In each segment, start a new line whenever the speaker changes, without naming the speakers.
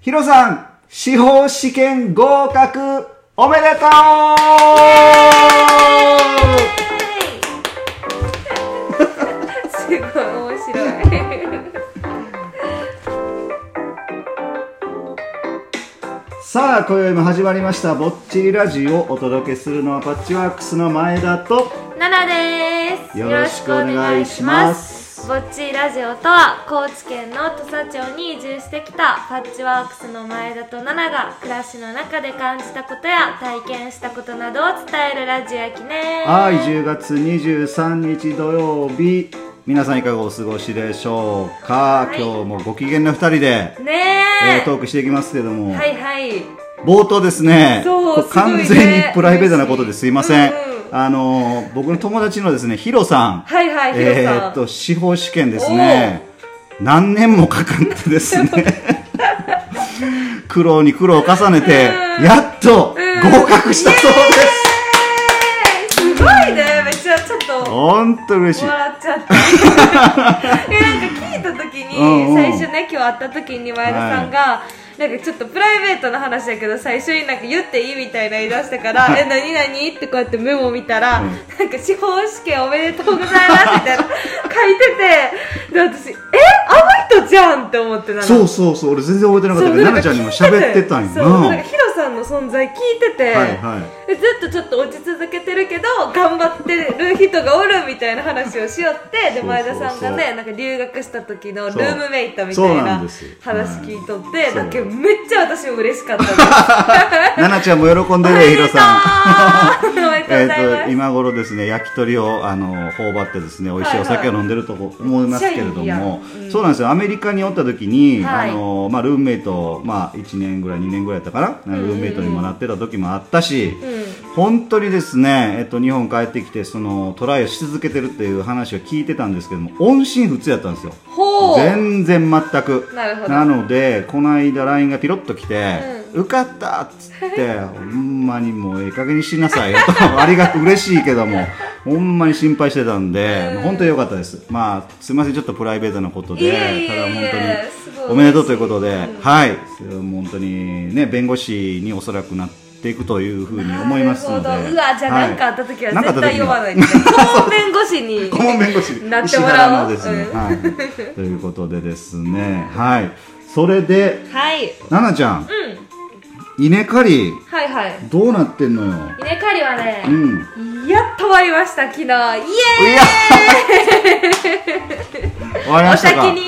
ヒロさん、司法試験合格おめでとう
すごい面白い。
さあ、今宵も始まりました、ぼっちりラジオをお届けするのはパッチワークスの前田と、
奈々です。
よろしくお願いします
ぼっちラジオとは高知県の土佐町に移住してきたパッチワークスの前田と奈々が暮らしの中で感じたことや体験したことなどを伝えるラジオやきね
はい、10月23日土曜日、皆さんいかがお過ごしでしょうか、
はい
今日もご機嫌な2人で、
ねえ、
えートークしていきますけども、
はいはい
冒頭ですね、
そ
こ
う
れ
すごいね
完全にプライベートなことですいません。
うんうん
あのー僕の友達のですね、ヒロさん。
はいはいヒロさん
えーっと、司法試験ですね。何年もかかってですね。苦労に苦労を重ねて、やっと合格したそうです。
えーすごいねめっちゃちょっと
ほんと嬉しい。
笑っちゃった でなんか聞いた時に、
うんうん
最初ね今日会った時に前田さんが、なんかちょっとプライベートな話だけど最初になんか言っていいみたいな言い出したから「え何何?」ってこうやってメモ見たら
う
「
ん
なんか司法試験おめでとうございます」みたいな書いててで私「えあの人じゃん!」って思ってな
そうそうそう、俺全然覚えてなかったけど、
な
奈々ちゃんにも喋ってたんや
そうなんか
な。
ヒロさんの存在聞いてて、
はいはい
でずっとちょっと落ち続けてるけど頑張ってる人がおるみたいな話をしよってで
そう
前田さんが
そ
ねなんか留学した時のル
そう
ームメイトみ
そ
た
う
い
なん
な
です
話聞いとって
はい
だけどめっちゃ私も嬉しかったです
奈々ちゃんも喜んで
お
る
め
よ、
で
ヒ
とう
ロさん。
おめでと
え
うござい
ー、
ま
と
す
今頃ですね焼き鳥をあの頬張ってですね美味しいお
は
酒
い
を
はい
飲んでると思いますけれど
めっちゃいい
も、
やんうん
そうなんですよアメリカにおった時に、
はい
あのまあ、ルームメイト、まあ、1年ぐらい2年ぐらいやったかな、
うんうん
ルームメイトにもなってた時もあったし、
う
本当にですね、えっと、日本帰ってきてそのトライをし続けてるっていう話を聞いてたんですけども音信不通やったんですよ
んほう
全然全く
なるほど
なのでこの間 LINE がピロッと来て「受かった!」っつって「ほんまにもうええ加減にしなさいよ」と ありがとう嬉しいけどもほんまに心配してたんで
うん
本当に良かったですまあすいませんちょっとプライベートなことで
いえいえいえ
ただ本
す
当
ごい
におめでとうということで、
うん
はい本当にね弁護士におそらくなっていくというふうに思いますので
なるほどうわじゃあ
はい
何かあった時は
なんかあった
絶対
時に
呼
は
ばない で顧問弁護士に
顧問弁護士に
なってもらおう
石原のですね、
うん
はいということでですねはいそれで
はい
奈々ちゃん
うん
稲刈り
はいはい
どうなってんのよ
稲刈りはね、
うん
やっと終わりました昨日イエーイ
いや終わり
お
ましたか
先 に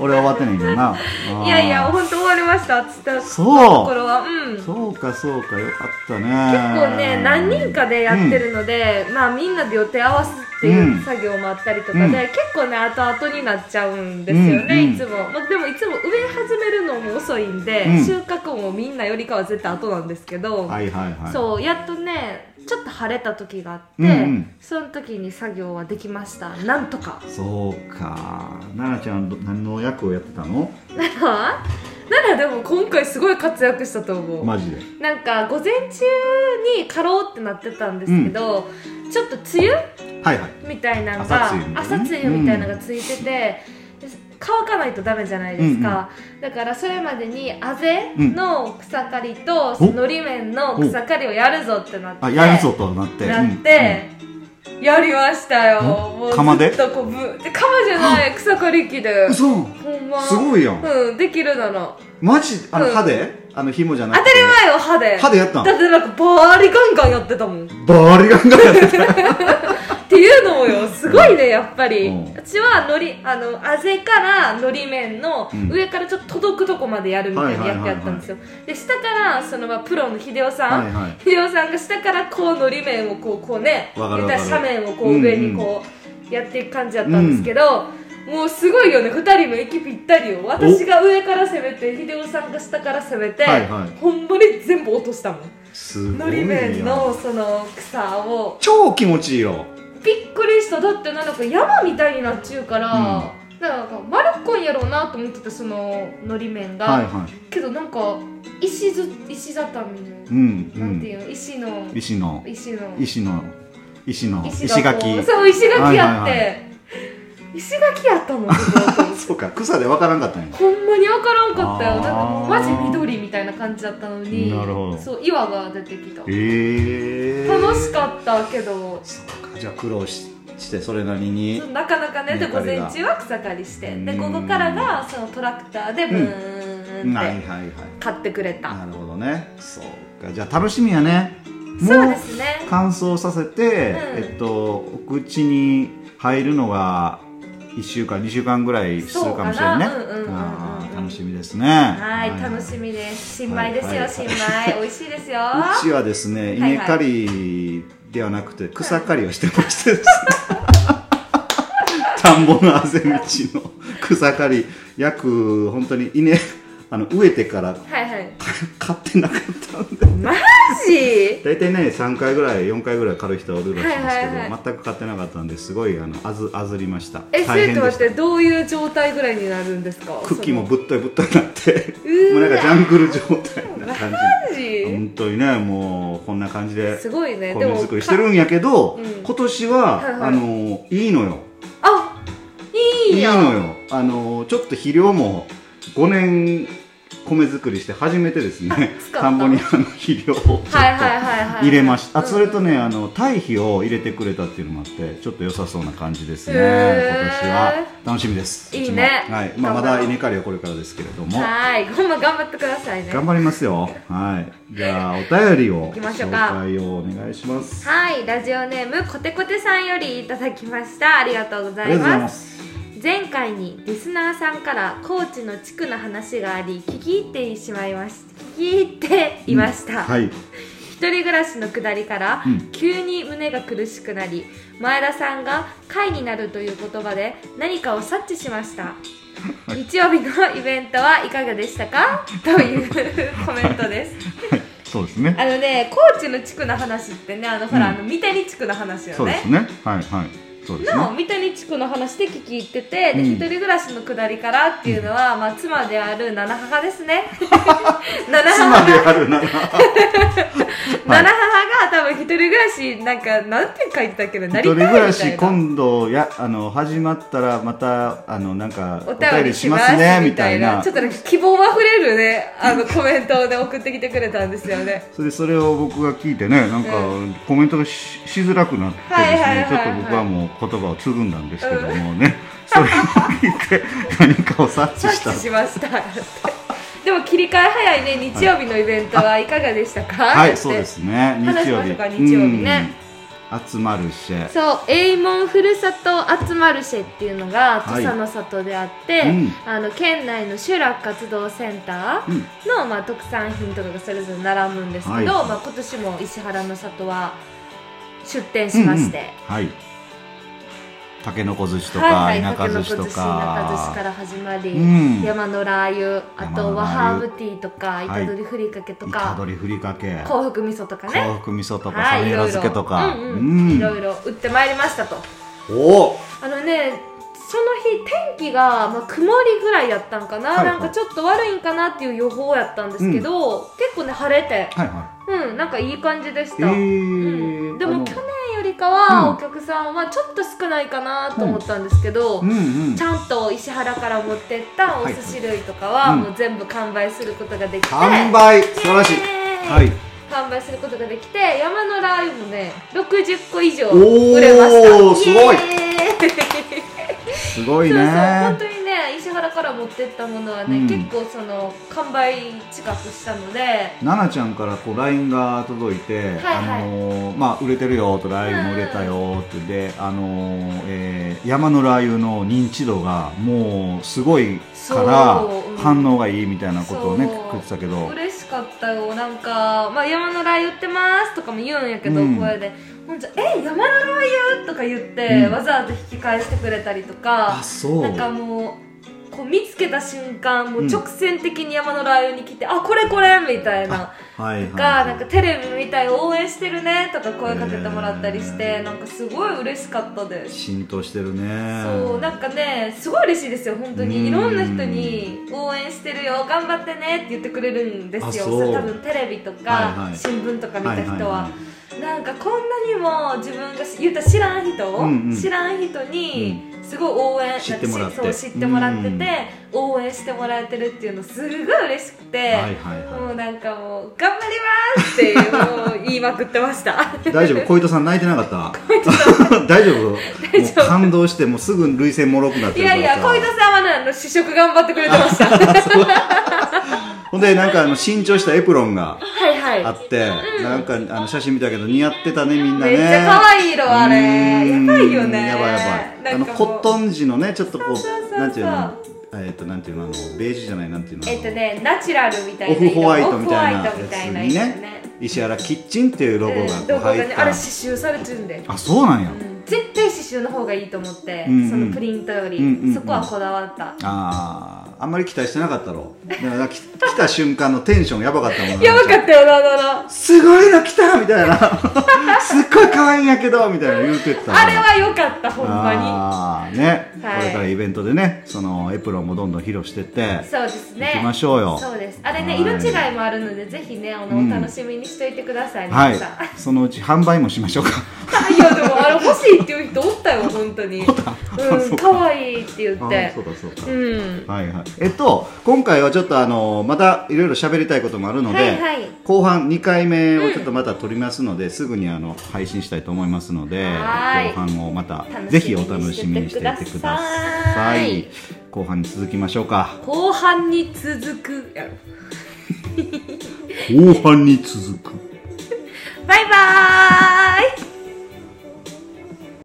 俺終わってないけどなあー
いやいや本当終わりましたつったとこ
そう
ろはうん結
そうかそうかよかったね
構ね何人かでやってるので、まあみんなで予定合わすっていう作業もあったりとかで、
うん
結構ね後々になっちゃうんですよね、
うんうん
いつも、まあ、でもいつも植え始めるのも遅いんで、
うん
収穫もみんなよりかは絶対後なんですけど、
うんはいはいはい
そうやっとねちょっと晴れた時があって、
うんうん
その時に作業はできましたなんとか
そうか奈々ちゃんど何の役をやってたの
はあ ならでも今回すごい活躍したと思う、
マジで
なんか午前中に過労ってなってたんですけど、ちょっと梅
はいはい
雨みたいなの
朝
が
梅雨みたいなね
梅雨みたいなのがついてて、で乾かないとダメじゃないですか、だからそれまでにあぜの草刈りと
お
のり面の草刈りをやるぞってなって
あやるぞとなって
なっ
うんうん
て、やりましたよ
ん
もう
鎌で
ずっとこうぶで鎌じゃない草刈り機で
嘘
ほんます
ごいやん
うんできるなら
マジあの
うん
歯であの紐じゃ
当
な
た
く
り
て
前よ歯で
歯でやったん
だってなんかバーリガンガンやってたもんっ
バリガンガンやってた
ていうのもよすごいねやっぱり、
うん
私はのりあのあぜからのり面の
うん
上からちょっと届くとこまでやるみたいなやつやったんですよで下からそのまあプロの秀夫さん、
はい はい
秀夫さんが下からこうのり面をこうこうね
わかる
言
わ
っ
か
た
る
ら斜面をこう上にこうやっていく感じだったんですけど、もうすごいよね2人の息ぴったりよ私が上から攻めて秀夫さんが下から攻めて、
はいはい
ほんまに全部落としたもん
すご
の
い
り面
やん
のその草を
超気持ちいいよ
びっくりしただってなんか山みたいになっちゅうから、
う
なんか丸っこいんやろうなと思ってたそののり面が、
はいはい
けどなんか石ず石畳の、
うんう
なんて
ん
いうの石の
石の
石の
石の石の
石がこう
垣
そう石垣やっ
は
て、
いはいはい
石垣やったもんここ
そうか草でわからんかったんや
ほんまに分からんかったよなんかもう
あ
マジ
ー
緑みたいな感じだったのに
なるほど
そう岩が出てきた
ええ
楽しかったけど
そうかじゃあ苦労ししてそれなりに
なかなかねで
ね
午前中は草刈りして
うん
で午後からがそのトラクターでブ
はい
ーン
は
っ
い
て
はい
買ってくれた
なるほどねそうかじゃあ楽しみやね
そうですね
乾燥させて、
うん
えっとお口に入るのが1週間2週間ぐらいするかもしれないね
そうかなうんうんうんうん
あー楽しみですね
はい楽
み
しみです新米です
はいは
よ
い
新 米美味しいですよ
うちはですね
いはい
稲刈りではなくて草刈りをしてましてですね田んぼのあぜ道の草刈り約本当に稲あの植えてから
はいはい
買ってなかったんで
マジ
大体ね3回ぐらい4回ぐらい刈る人はおるらしいんですけど、
はいはいは
全く買ってなかったんですごいあのあずあずりました
え、そ
大
れっ
変
て
で
待
し
ったてどういう状態ぐらいになるんですか
クッキーも
ぶ
ぶっといぶっといになって
ー
もうなんかジャングル状態な感
マ
じ
ジ
本当にねもうこんな感じです
ごいね
米
でも
作りしてるんやけど、
うん
今年は、
はいはい
あのいいのよ
あいい
いい
や
のよあのちょっと肥料も5年米作りして初めてですね
使った
田んぼにあの肥料をちょっと
はいはいはいはい
入れました、
うん
あそれとねあの堆肥を入れてくれたっていうのもあってちょっと良さそうな感じですね
へ
今
ー
年は楽しみです
いいね
うちもはいまあ、ま
頑張ろう
だ稲刈りはこれからですけれども
はいほんま頑張ってくださいね
頑張りますよはいじゃあお便りを
行きましょ
紹
うか
介をお願いします
はいラジオネームコテコテさんよりいただきましたありがとうご
あ
ざ
り
い
がとうござい
ま
ますす
前回にリスナーさんから高知の地区の話があり聞き入ってしまいました聞き入っていました、
はい
一人暮らしの下りから、
うん
急に胸が苦しくなり前田さんが「会になる」という言葉で何かを察知しました日曜日のイベントはいかがでしたかというコメントです
そうですね
あのね高知の地区の話ってねあのほら、
うん
あの三谷地区の話よ
そうで
ね
すねはいはいそうですね
の三谷地区の話で聞き入ってて、で
うん
一人暮らしの下りからっていうのは、まあ、妻である七母です ね七
妻
母
である な
七母が多分一人暮らしなんかなんて書いてたっけどな
一人暮
りたいみたいな
らし今度やあの始まったらまたあのなんか
お便りします
ねみ
み
た
た
い
い
な
なちょっとなんか希望あふれるねあのコメントで送ってきてくれたんですよね
それでそれを僕が聞いてねなんか
う
コメントがししづらくなってですね、
はいはいはいはい
ちょっと僕はもう言葉をつぐんだんですけどもね、それを聞いて何かを察知 した
察知しましたでも切り替え早いね日曜日のイベントはいかがでしたか
は
だっ
い
て
そうですね日
話し
曜
まし
日
ょうか日曜日ね
うん集まるし
そう「エイモンふるさと集まるシェ」っていうのが
はい
土佐の里であって、
うん
あの県内の集落活動センターの、まあ、特産品とかがそれぞれ並ぶんですけど、
はい
まあ、今年も石原の里は出店しまして。
うんうんはいたけのこ寿司とか、
はいはい、
田舎寿司と
竹の子寿司田舎寿司か
から
始まり、
うん
山のラー油あ
山のラー
と
油
和ハーブティーとか
はい
イタドリふりかけと
イ
か、
カ鶏ふりかけ
幸福味噌とかね
幸福味噌とか、
は
サ
い
ニ
い
ーラ
ろいろ
漬けとか、
うん
う
うん
ん
いろいろ売ってまいりましたと
おお
あのねその日天気が、まあ、曇りぐらいやったんかな、
はいはい
なんかちょっと悪いんかなっていう予報やったんですけど、結構ね晴れて
はいは
うんなんかいい感じでし
いえ
た、
ー
うんでも去
あ
年よりか
う
は
ん
お客さんはちょっと少ないかなと思ったんですけ
の
ど、
うんうん
ちゃんと石原から持ってったお寿司類とか
は
はい
はい
もう全部完売することができて、
完売素晴らしい
イエーイ
はい
完売することができて山のラー油もね60個以上
おー
売れました
すごい
イエーイ
すごい
そうそう本
ね
当にね石原から持ってったものはね、
うん
結構その完売近くしたので
奈々ちゃんからこう LINE が届いて、
はいはい
あのーまあ、売れてるよとラー油も売れたよってで、あのーえー山のラー油の認知度がもうすごいから
そううん
反応がいいみたいなことをね
そう
言ってたけど
嬉しかったよなんか「まあ、山のラー油売ってます」とかも言うんやけど、
うん
声で「ほんじゃえ山のラー油?」とか言って、
うん
わざわざ引き返してくれたりとか
あそう
なんかもうこう見つけた瞬間もううん直線的に山のラー油に来て「あこれこれ!」みたいな。
はいはい
とかなんかテレビ見たい応援してるねとか声かけてもらったりして、
へー
なんかすごい嬉しかったです、
浸透してるね
そうなんかねすごい嬉しいですよ本当
うん
にいろんな人に応援してるよ頑張ってねって言ってくれるんですよ
あそう
れ多分テレビとか、
はいはい
新聞とか見た人は、
はいはいはい
なんかこんなにも自分が言ったら知らん人、
うんうん
知らん人にすごい応援、
知ってもらって
そう知ってもらって
うん
て、応援してもらえてるっていうのすごい嬉しくて、
はいはいはい
もうなんかもう頑張りますってもう言いまくってました
大丈夫小糸さん泣いてなかった 大丈夫もう感動してもうすぐ涙腺もろくなって
い
るか
や
ら
いや小糸さんはあの試食頑張ってくれ てましたは
ほんでなんかあの新調したエプロンが
いはい
あって、なんかあの写真見たけど似合ってたねみんなね
めっちゃ可愛い色あれ
うん
やばいよね
やばいやばいあ
な
の
んかもう
コットン地のねちょっとこう
そうそうそう
なんていうのえっとなんていうのあのベージュじゃないなんていうの、
えっとねナチュラルみたい
オ
な
フ
色
ホワイトみたいな
オフホワイトみたいな
やつに
色
ね石原キッチンっていうロゴが
うん
こう
ロゴが
入っ
ねあ
た、
れ刺繍されてるんで、
あそうなんや、
うん絶対刺繍の方がいいと思って、
うんうん
そのプリントより、
うんうんうん
そこはこだわった、
あああんまり期待してなかったろだからき来た瞬間のテンションやばかったもんな
やばかったよななな
すごいの来たみたいな すっごい可愛いんやけどみたいな言うてたな
あれは良かったほんま
ああね、
はい
これからイベントでねそのエプロンもどんどん披露してって
にそうですね
行きましょうよ
そうですあれ
は
ね
い
色違いもあるのでぜひねあの、
うん
お楽しみにしておいてください
は
皆
い
さん、
そのうち販売もしましょうか
い、やでもあれ欲しいっていう人おったよ本当にうん可愛いって言
あ
って
ーそうだそうだ、
うん
はいはいえっと今回はちょっとあのまたいろいろ喋りたいこともあるので、
はいはい
後半2回目をちょっとまた撮りますので、すぐにあの配信したいと思いますので
はーい
後半をまた
楽しみに
ぜひお楽しみにしていてください
しててくだ
後半に続きましょうか
後半に続くやろ
後半に続く
バイバーイ